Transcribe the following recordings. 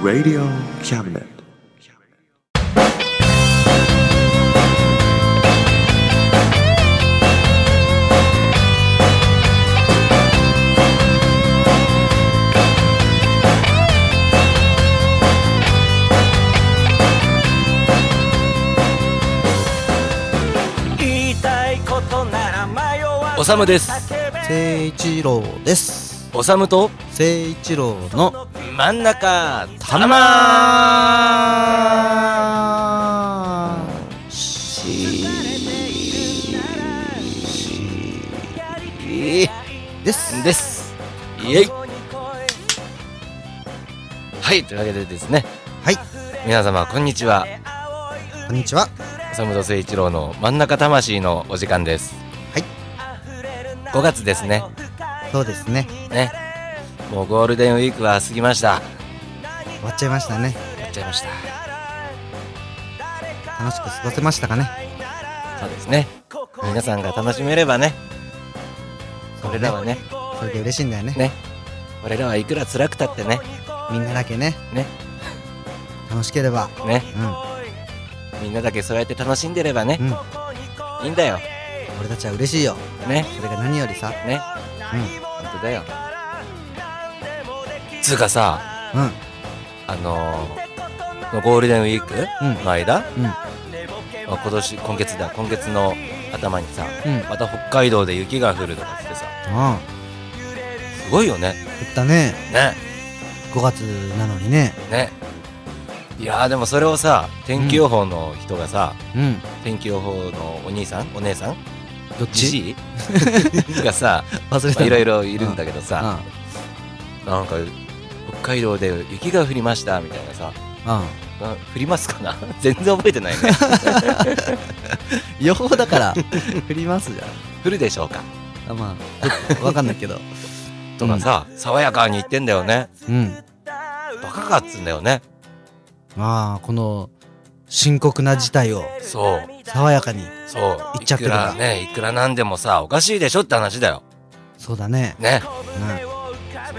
Radio Cabinet. 言いたいことなら迷わおさむです聖一郎ですおさむと聖一郎の真ん中たまですーですイエイはいというわけでですねはい皆様こんにちはこんにちはおさむと誠一郎の真ん中魂のお時間ですはい5月ですねそうですねねもうゴールデンウィークは過ぎました終わっちゃいましたねやっちゃいました楽しく過ごせましたかねそうですね皆さんが楽しめればね俺らはねそれで嬉しいんだよねね俺らはいくら辛くたってねみんなだけねね楽しければねうみんなだけそうやって楽しんでればねんうんいいんだよ俺たちは嬉しいよねそれが何よりさねうん本当だよつうかさうんあのー、ゴールデンウィークうんの間、うんまあ今年今月だ今月の頭にさ、うんまた北海道で雪が降るとかってさああすごいよね降ったねね5月なのにねねいやーでもそれをさ天気予報の人がさ、うん天気予報のお兄さんお姉さんどっじじい がさ、 忘れまあたいろいろいるんだけどうんさ、なんか北海道で雪が降りましたみたいなさうんあ振りますかな 全然覚えてないね予報だから 振りますじゃん 振るでしょうかあまあわかんないけ どとかさ、爽やかに言ってんだよねうんバカかっつんだよねまあこの深刻な事態をそう爽やかにそう言っちゃってるからいくらねいくらなんでもさおかしいでしょって話だよそうだねねう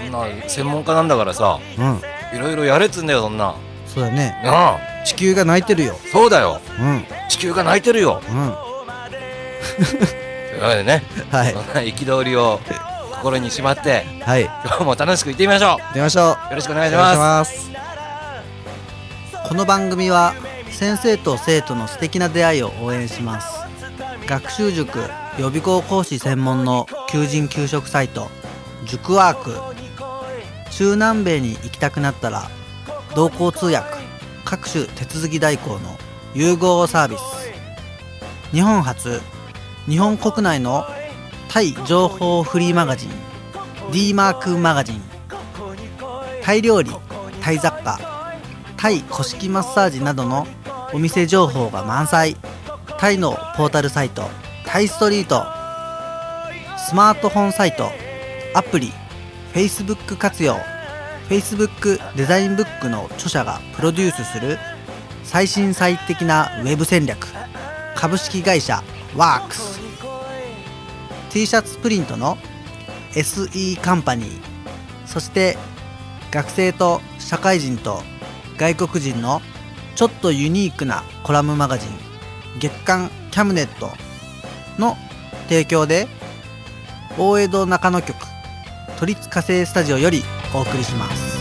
そんな専門家なんだからさん、うん、いろいろやれっつんだよそんなそうだねなあ地球が泣いてるよそうだようんうん地球が泣いてるよはというわけでね、いそんな憤りを 心にしまってはい今日も楽しく行ってみましょ出ましょううよろしくお願いしますすこの番組は先生と生徒の素敵な出会いを応援します学習塾予備校講師専門の求人・求職サイト塾ワーク中南米に行きたくなったら同行通訳各種手続き代行の融合サービス日本初日本国内のタイ情報フリーマガジン d マークマガジンタイ料理タイ雑貨タイ古式マッサージなどのお店情報が満載タイのポータルサイトタイストリートスマートフォンサイトアプリ Facebook 活用 Facebook デザインブックの著者がプロデュースする最新最適なウェブ戦略株式会社ワークス t シャツプリントの SE カンパニーそして学生と社会人と外国人のちょっとユニークなコラムマガジン月刊キャムネットの提供で大江戸中野局都立火星スタジオよりお送りします。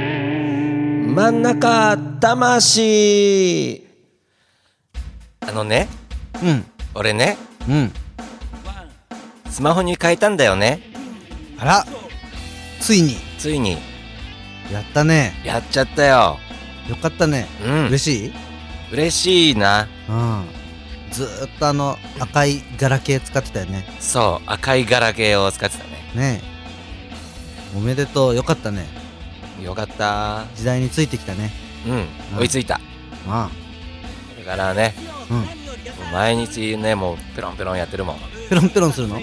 真ん中魂あのねうん俺ねうんスマホに変えたんだよねあらついについにやったねやっちゃったよよかったね、うん嬉しい嬉しいなうんずーっとあの赤いガラケー使ってたよねそう赤いガラケーを使ってたねねえおめでとうよかったねよかった時代についてきたねうん追いついたまだからねあうん毎日ねもうペロンペロンやってるもん、ペロンペロンするのうん、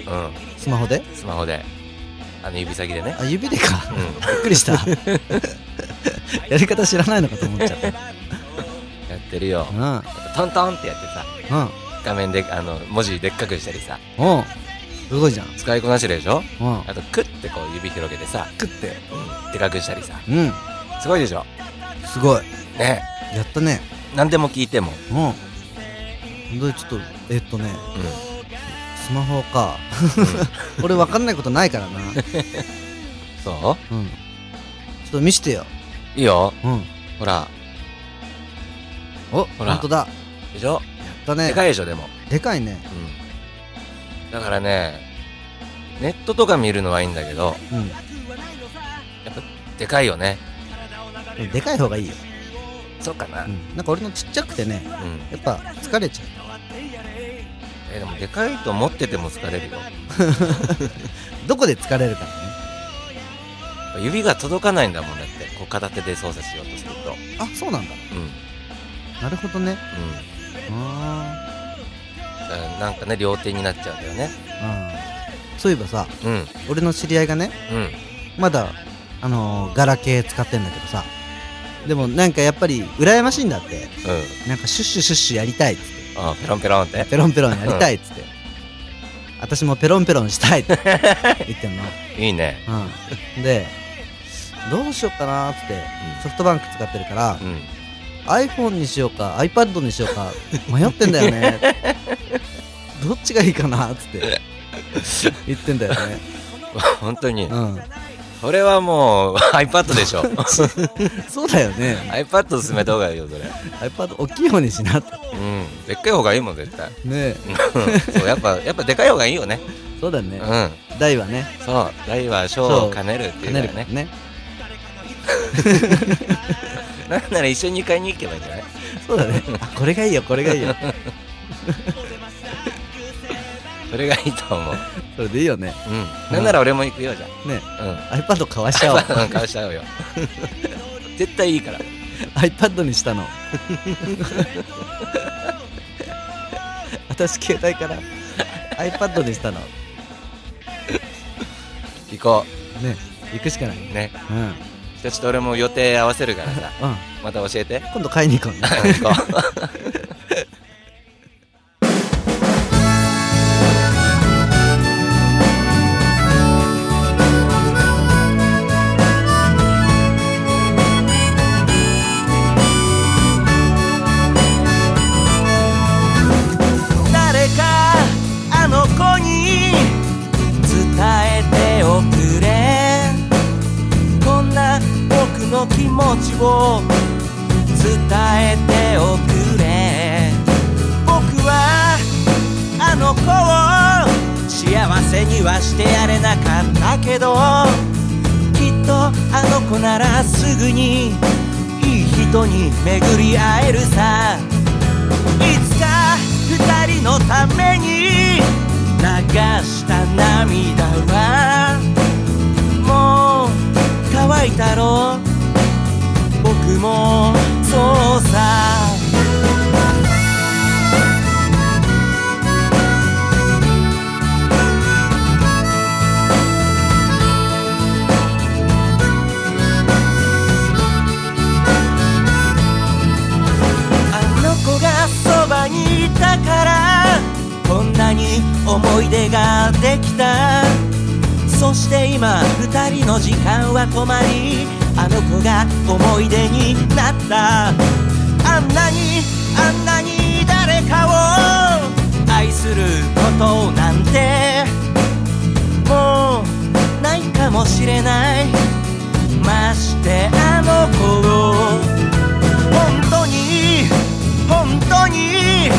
スマホでスマホであの指先でねあ指でかうんびっくりした やり方知らないのかと思っちゃったやってるようんうんトントンってやってさ画面であの文字でっかくしたりさうんすごいじゃん使いこなしてるでしょうんあとクッてこう指広げてさ食ってうんでかくしたりさうんすごいでしょすごいねやったね何でも聞いても、うん本当にちょっとえっとうねんスマホか 俺分かんないことないからなうんちそょっと見してよういいようんほらおほら本当だでしょやったねでかいでしょでも、でかいねうん、だからねネットとか見るのはいいんだけどうんでかいよねでもでかい方がいいよ、そうかな、ううんん、なんか俺のちっちゃくてねやっぱ疲れちゃうえでもでかいと思ってても疲れるよやどこで疲れるかねっぱ指が届かないんだもんだってこう片手で操作しようとするとあそうなんだうんうんなるほどねあだからなんかね両手になっちゃうんだよねーあーそういえばさうん俺の知り合いがねうんまだあのーガラケー使ってんだけどさでもなんかやっぱり羨ましいんだってうんなんかシュッシュシュッシュやりたいっつってあペロンペロンってペロンペロンやりたいっつって、私もペロンペロンしたい って言ってんの、いいねうん、でどうしようかなーっつってソフトバンク使ってるからう、ん iPhone にしようか iPad にしようか迷ってんだ よねどっちがいいかなーっつって言ってんだよね、本当にうん、それはもう iPad でし ょそうだよね iPad 進めた方がいいよそれ iPad 大きい方にしなってうんでっかい方がいいもん絶対 ねえうんそうやっぱやっぱでかい方がいいよねそうだうねん大はねそう大は小を兼ねるっていうねからるからねねなんなら一緒に買いに行けばいいんじゃないそうだねあこれがいいよこれがいいよそれがいいと思うそれでいいよねうんなんなら俺も行くよじゃねあうん iPad 買わし ちゃおう買わしちゃおうよ絶対いいから iPad にしたの私携帯から iPad にしたのね行こ行くしかないうねうん、うん、じゃあちょっと俺も予定合わせるからさまた教えて今度買いに行こ うね行こう誰かあの子に伝えておくれこんな僕の気持ちを伝えておくれ僕はあの子を幸せにはしてやれなかったけどきっとあの子ならすぐにいい人に巡り会えるさいつか二人のために流した涙はもう乾いたろう僕もそうさあの子がそばにいたからこんなに思い出ができたそして今二人の時間は止まりあの子が思い出になったあんなにあんなに誰かを愛することなんてもうないかもしれないましてあの子を本当に本当に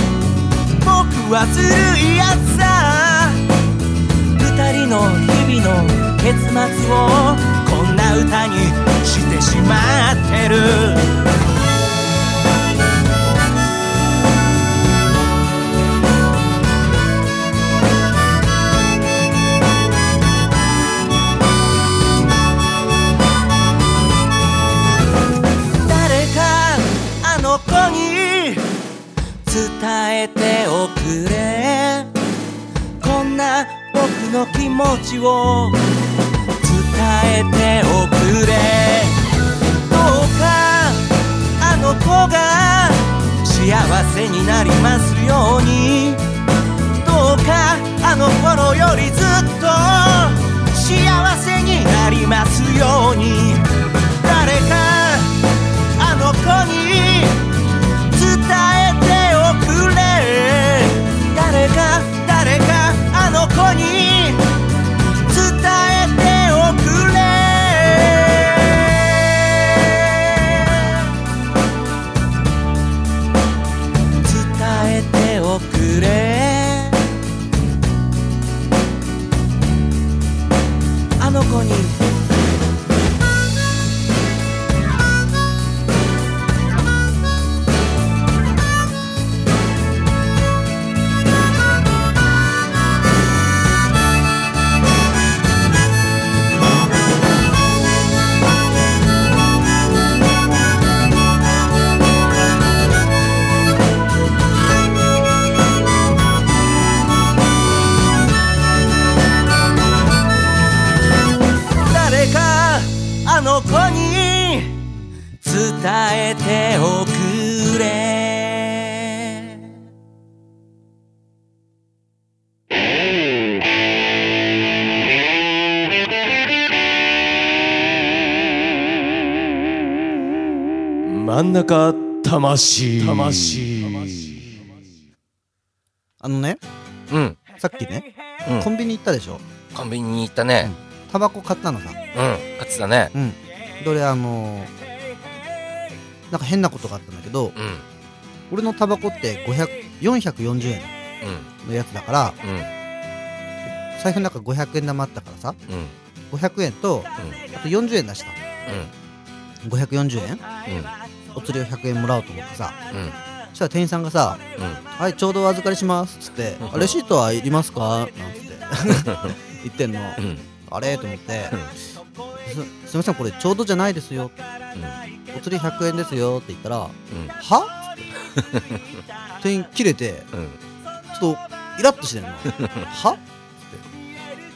僕はずるいやつさ二人の日々の結末をこんな歌にしてしまってる誰かあの子に伝伝えておくれこんな僕の気持ちを伝えておくれどうかあの子が幸せになりますようにどうかあの頃よりずっと幸せになりますように誰かあの子に伝えておくれ誰か誰かあの子に伝えておくれ伝えておくれあの子に誰かあの子に伝えておくれ真ん中魂魂あのねうん。さっきね、うんコンビニ行ったでしょコンビニに行ったね。タバコ買ったのうさん。買ってたね。うんどれあのーなんか変なことがあったんだけどうん。うん。俺のタバコって500 440円のやつだかうらん。財布の中500円玉あったからさうん。 500円とあと40円出したの540円うん。お釣りを100円もらおうと思ってさうん。うん。そしたら店員さんがさうん。 「はいちょうどお預かりします」っつってうんあ「レシートはいりますか?」 なんつって言ってんのうん。うん。あれと思ってうん「すすいませんこれちょうどじゃないですよ」お釣り100円ですよって言ったらうん。はって店員切れてうん。ちょっとイラッとしてんのはっ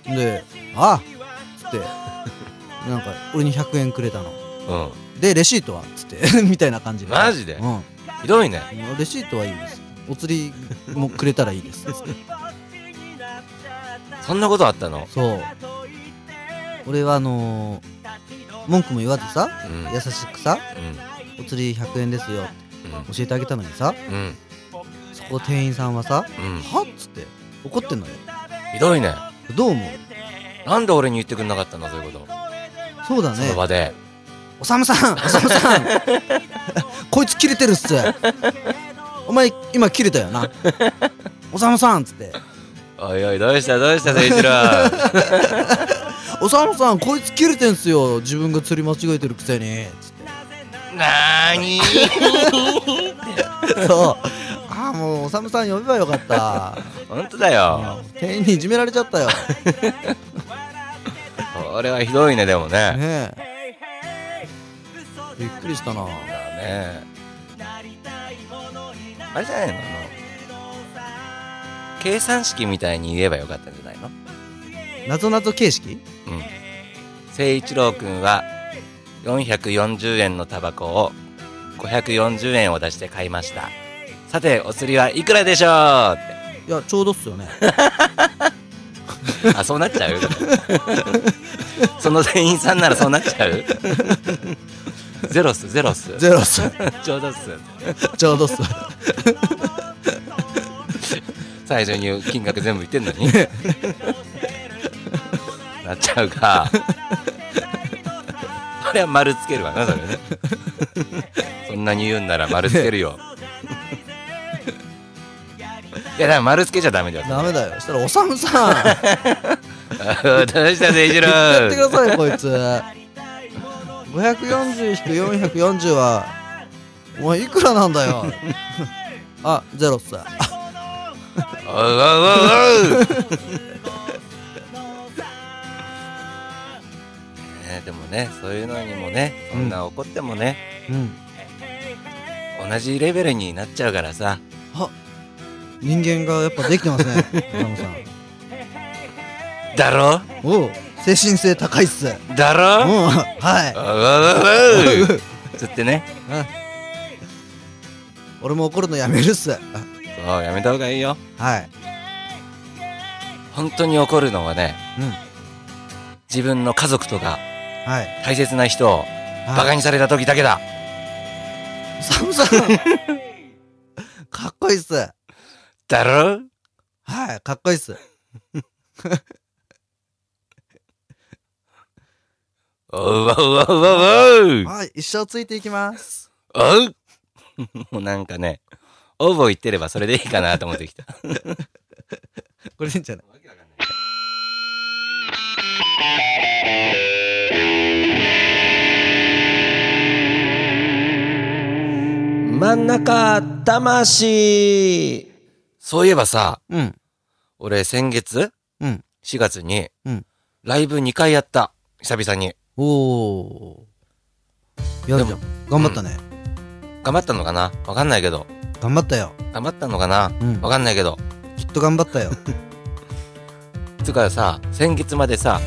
てで「ああ」っつってなんか俺に100円くれたのうん。でレシートはっつって みたいな感じでマジでうんひどいね。レシートはいいですお釣りもくれたらいいですっつってそんなことあったのそう俺はあのー文句も言わずさうん。うん。優しくさお釣り100円ですよって教えてあげたのにうさん。うん。そこ店員さんはさうん。はっつって怒ってんのよひどいね。どう思うなんで俺に言ってくれなかったのそういうこと。そうだそのね場で。おさむさんおさむさん こいつ切れてるっす お前今切れたよな おさむさんっつっておいおい、どうしたどうした、誠 一郎。おさむさんこいつ切れてんすよ自分が釣り間違えてるくせにつっなーにてそうああもうおさむさん呼べばよかったほんとだよ。店員にいじめられちゃったよこれはひどいね、でもね。ねえびっくりしたなだねあれじゃないのあの計算式みたいに言えばよかったんじゃないのなぞなぞ形式うん誠一郎君は440円のタバコを540円を出して買いましたさてお釣りはいくらでしょうっいやちょうどっすよねてあそうなっちゃう その店員さんならそうなっちゃう ゼロっすゼロっすゼロっすちょうどっすちょうどっす最初に金額全部言ってんのになっちゃうかそれは丸つけるわなそれねそんなに言うんなら丸つけるよいやだから丸つけちゃダメだよダメだよしたらおさむさんあどうした誠一言っちゃってくだ郎さいよこいつ540-440はお前いくらなんだよあゼロっすおうおうおうおうねでもねそういうのにもねそんな怒ってもね、うん同じレベルになっちゃうからさは人間がやっぱできてま すね岡野さんだろおう精神性高いっすうんだろはわわわわつってね。いうん俺も怒るのやめるっすあそう、やめた方がいいよ。はい本当に怒るのはね、うん自分の家族とかはい大切な人をバカににされた時だけだ。サムさんかっこいいっすだろはいかっこいいっすおうわうわうわうわはい一生ついていきますおうもうなんかね、オーブを言ってればそれでいいかなと思ってきた。これいいんじゃない真ん中魂そういえばさ、うん俺先月うん4月に、うんライブ2回やった。久々に。おおやるじゃん頑張ったね、頑張ったのかなわかんないけど。頑張ったよ頑張ったのかなうんわかんないけど。きっと頑 張ったよつうかさ、先月までさ、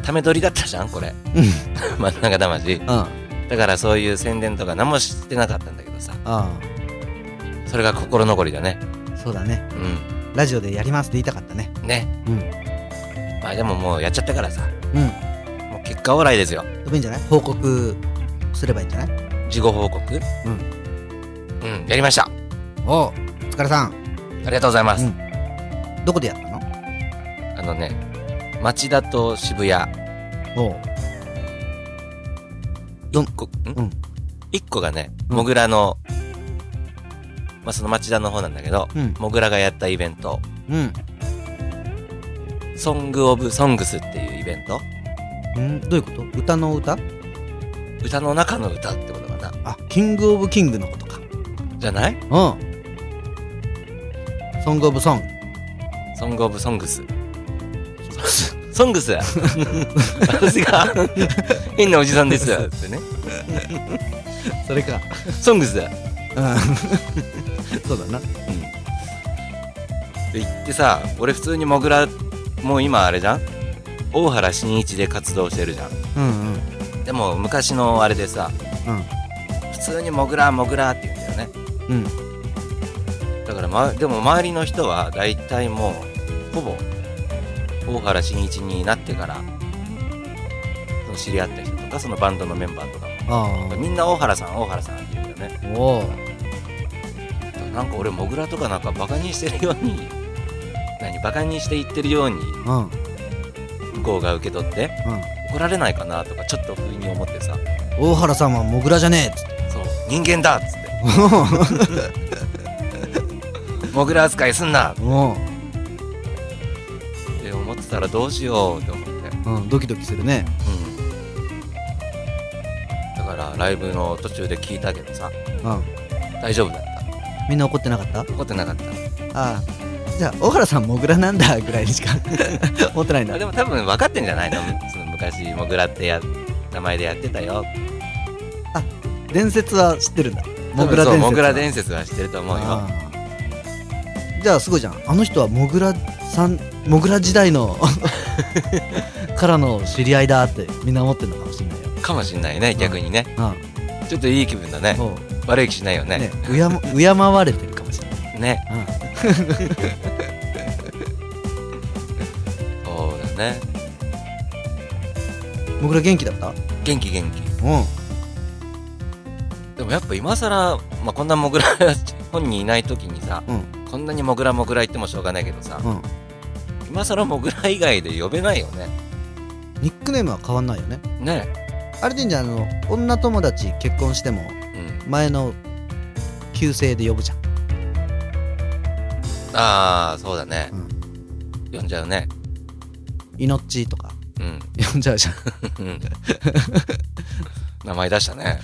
うため撮りだったじゃんこれ。 うん真ん中魂。うんあだからそういう宣伝とか何もしてなかったんだけどさ。あそれが心残りだね。そうだねうラジオでやりますって言いたかったねん。ね。うんまあでももうやっちゃったからさ。うんもう結果オーライですよ。でもいいんじゃない報告すればいいんじゃない事後報告。ううん。やりました。あおお疲れさんりがとうございます。うんどこでやったのあのね、町田と渋谷。おうどんこんうん一個がね、うんモグラの、まあその町田の方なんだけど、うんモグラがやったイベント、うんソングオブソングスっていうイベントうんどういうこと歌の歌歌の中の歌ってことかなあキングオブキングのことかじゃないうんソングオブソングソングオブソングス。ソングス私が変なおじさんですってね。それかソングスだうん そうだなって言ってさ、俺普通にモグラ、もう今あれじゃん大原新一で活動してるじゃん。うんうんでも昔のあれでさ、うん普通にモグラ、モグラって言うんだよね。うんだから、ま、でも周りの人は大体もうほぼ大原新一になってからその知り合った人とかそのバンドのメンバーとかもあみんな大原さん大原さんって言うんだよねあおおなんか俺モグラとかなんかバカにしてるように何バカにして言ってるようにうんうん向こうが受け取って怒られないかなとかちょっと不意に思ってさ大原さんはモグラじゃねえっつってそう人間だっつってモグラ扱いすんなっおて思ってたらどうしようって思ってお、うん、ドキドキするねうんだからライブの途中で聞いたけどさうん大丈夫だったみんな怒ってなかった怒ってなかったああじゃあ大原さんモグラなんだぐらいにしか 思ってないんだあでも多分分かってんじゃないのその昔モグラってや名前でやってたよ伝説は知ってるんだモグラ伝多分そうモ説グラ伝説は知ってると思うよああじゃあすごいじゃんあの人はモグラさんモグラ時代の からの知り合いだってみんな思ってるのかもしれないよかもしんないね逆にねあちょっといい気分だあねも悪い気しないようねねうやま敬われてるかもしれないねあそうだねあモグラ元気だった元気元気うんでもやっぱ今更、まあ、こんなモグラ本人いない時にさ、うんこんなにモグラモグラ言ってもしょうがないけどさ、うん今更モグラ以外で呼べないよねニックネームは変わんないよねねあれでいいんじゃんあの女友達結婚してうもん前の旧姓で呼ぶじゃん、ああそうだねうん、呼んじゃうね命とかうん 呼んじゃうじゃんうん名前出した ね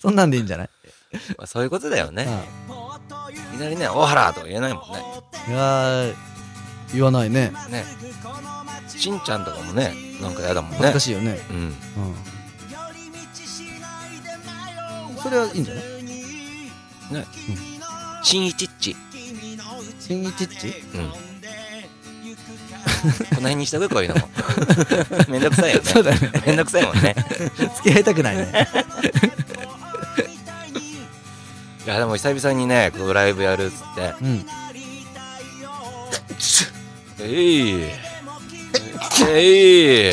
そんなんでいいんじゃないまあそういうことだよねあいきなりね「大原」とか言えないもんねあいやー言わないねねしんちゃんとかもねなんかやだもん恥ずねかしいよねうんうんそれはいいんじゃないね、新一っち、新一っちうん、この辺にした方がこういう のもめんどくさいよねそうだねめんどくさいもん ね 付き合いたくない ねいやでも久々にねこうライブやるっつってうん「えいえい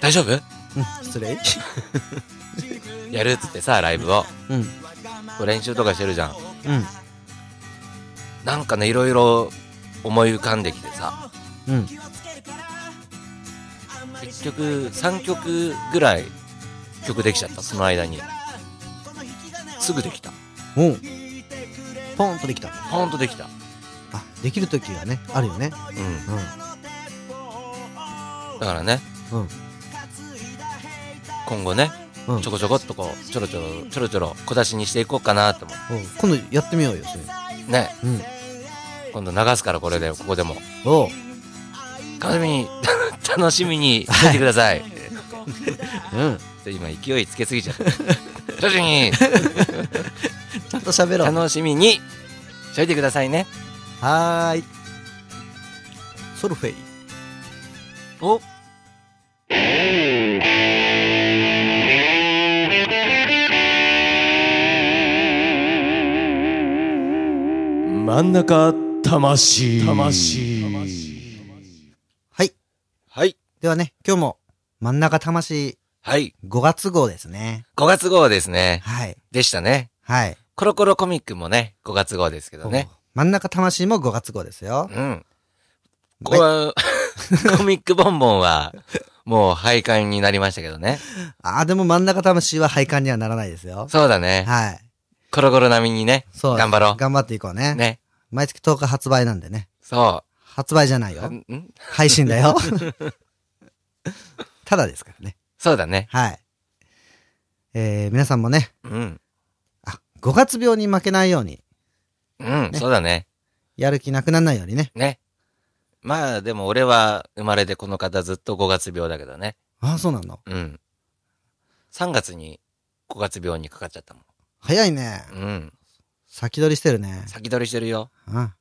大丈夫うん失礼やる」っつってさライブをうんうんこう練習とかしてるじゃんなんかねいろいろ思い浮かんできてさうん結局3曲ぐらい曲できちゃったその間にすぐできたおうポンとできたポンとできたあできる時がねあるよねうんうんだからね、うん今後ね、うんちょこちょこっとこうちょろちょろちょろちょろ小出しにしていこうかなと思おう今度やってみようよそれうねうん今度流すからこれでここでもおう楽しみに 楽しみにしててください、うんちょっと今勢いつけすぎちゃった徐々 にちゃんと喋ろう楽しみにしといてくださいねはーいソルフェイお真ん中魂魂はいはいではね今日も真ん中魂はい5月号ですね5月号ですねはいでしたねはいコロコロコミックもね5月号ですけどねおう真ん中魂も5月号ですようんこはコミックボンボンはもう廃刊になりましたけどねあーでも真ん中魂は廃刊にはならないですよそうだね。はいコロコロ並みにね。そう頑張ろ頑張っていこうねう。ね。毎月10日発売なんでねそ。発売じゃないうよんん配信だよ ただですからねそうだね。はいえー、皆さんもねうん。あ5月病に負けないようにうん、そうだね。やる気なくならないようにねね。まあ、でも俺は生まれてこの方ずっと5月病だけどね。ああそうなのうん。3月に5月病にかかっちゃったも早いねん。うん。先取りしてるね先取りしてるよ。うん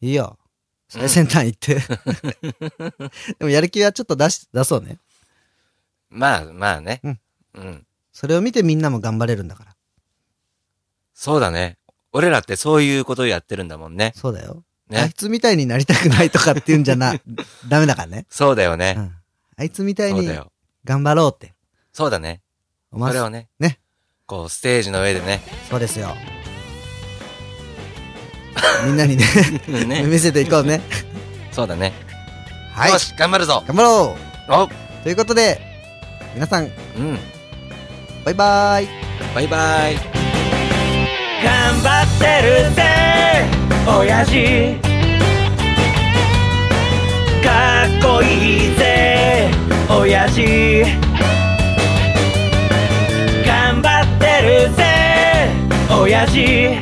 いいようん最先端行って でもやる気はちょっと出し出そうねまあまあね。うん。うん。それを見てみんなも頑張れるんだからそうだね。俺らってそういうことをやってるんだもんね。そうだよ、あいね。つみたいになりたくないとかっていうんじ ゃなダメだからね、そうだようね。ん、あいつみたいそうにだよ。頑張ろうってそうだね。おそ前れをね。ね。こう、ステージの上でね。そうです よみんなにねね。見せていこうねそうだね。はいよし、頑張るぞ。頑張ろおうということで皆さんうん。バイバーイバイバイ。頑張ってるぜ親父かっこいいぜ親父頑張ってるぜ親父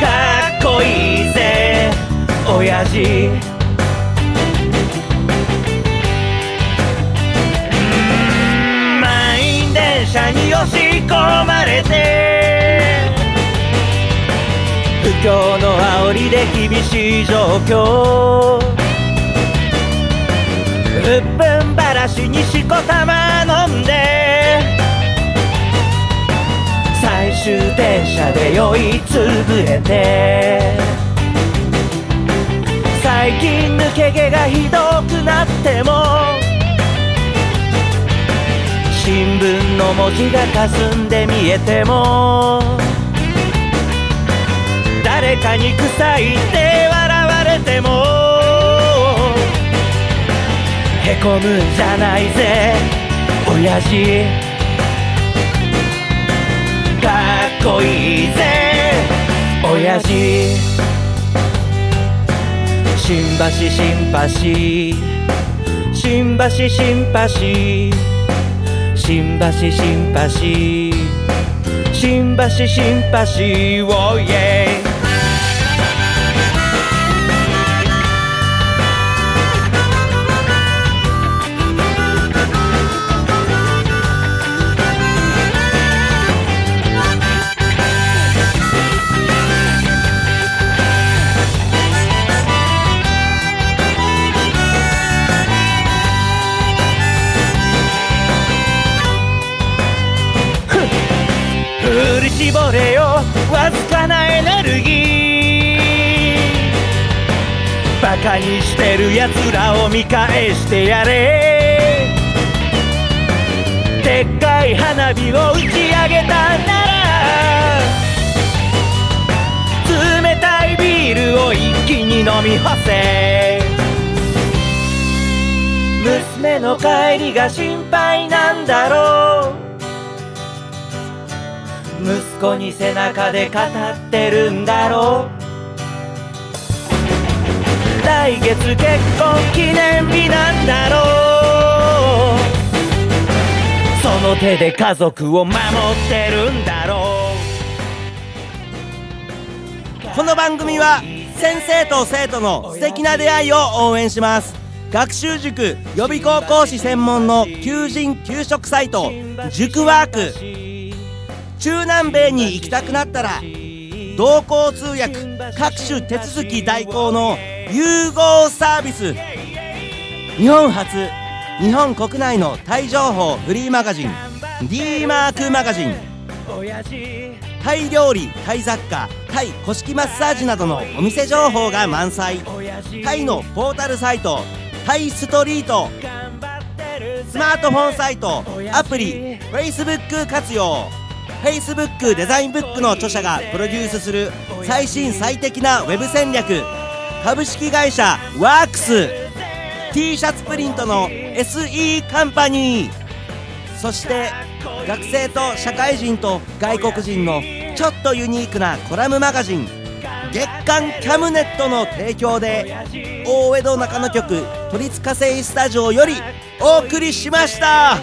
かっこいいぜ親父満員電車に押し込まれて不況の煽りで厳しい状況うっぷんばらしにしこたま飲んで最終電車で酔いつぶれて最近抜け毛がひどくなっても新聞の文字が霞んで見えても誰かに臭いって笑われてもへこむんじゃないぜ親父かっこいいぜ親父新橋シンパシー新橋シンパシー新橋新橋新橋新橋をイエ「イ絞れよわずかなエネルギーバカにしてるやつらを見返してやれでっかい花火を打ち上げたなら冷たいビールを一気に飲み干せ娘の帰りが心配なんだろう息子に背中で語ってるんだろう来月結婚記念日なんだろうその手で家族を守ってるんだろうこの番組は先生と生徒の素敵な出会いを応援します学習塾予備高校師専門の求人・求職サイト塾ワーク中南米に行きたくなったら同行通訳各種手続き代行の融合サービス日本初日本国内のタイ情報フリーマガジン d マークマガジンタイ料理タイ雑貨タイ古式マッサージなどのお店情報が満載タイのポータルサイトタイストリートスマートフォンサイトアプリ Facebook 活用 Facebook デザインブックの著者がプロデュースする最新最適なウェブ戦略株式会社ワークス t シャツプリントの SE カンパニーそして学生と社会人と外国人のちょっとユニークなコラムマガジン月刊キャムネットの提供で大江戸中野局都立火星スタジオよりお送りしました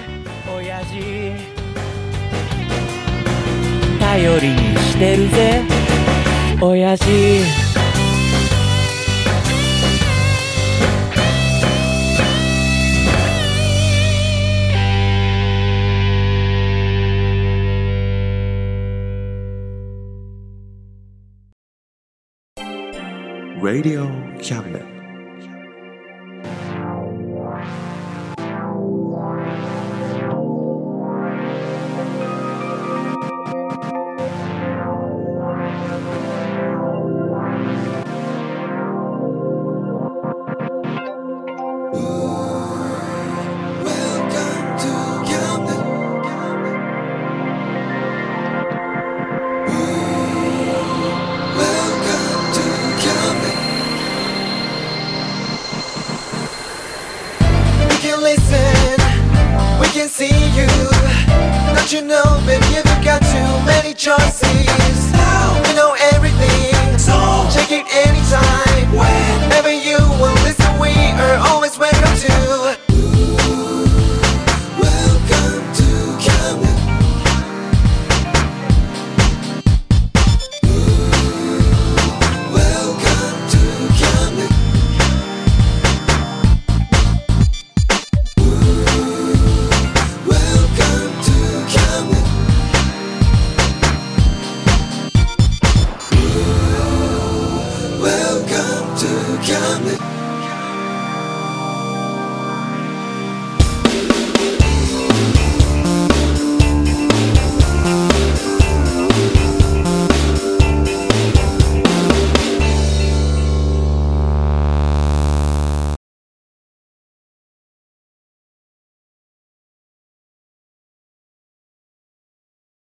頼りにしてるぜ親父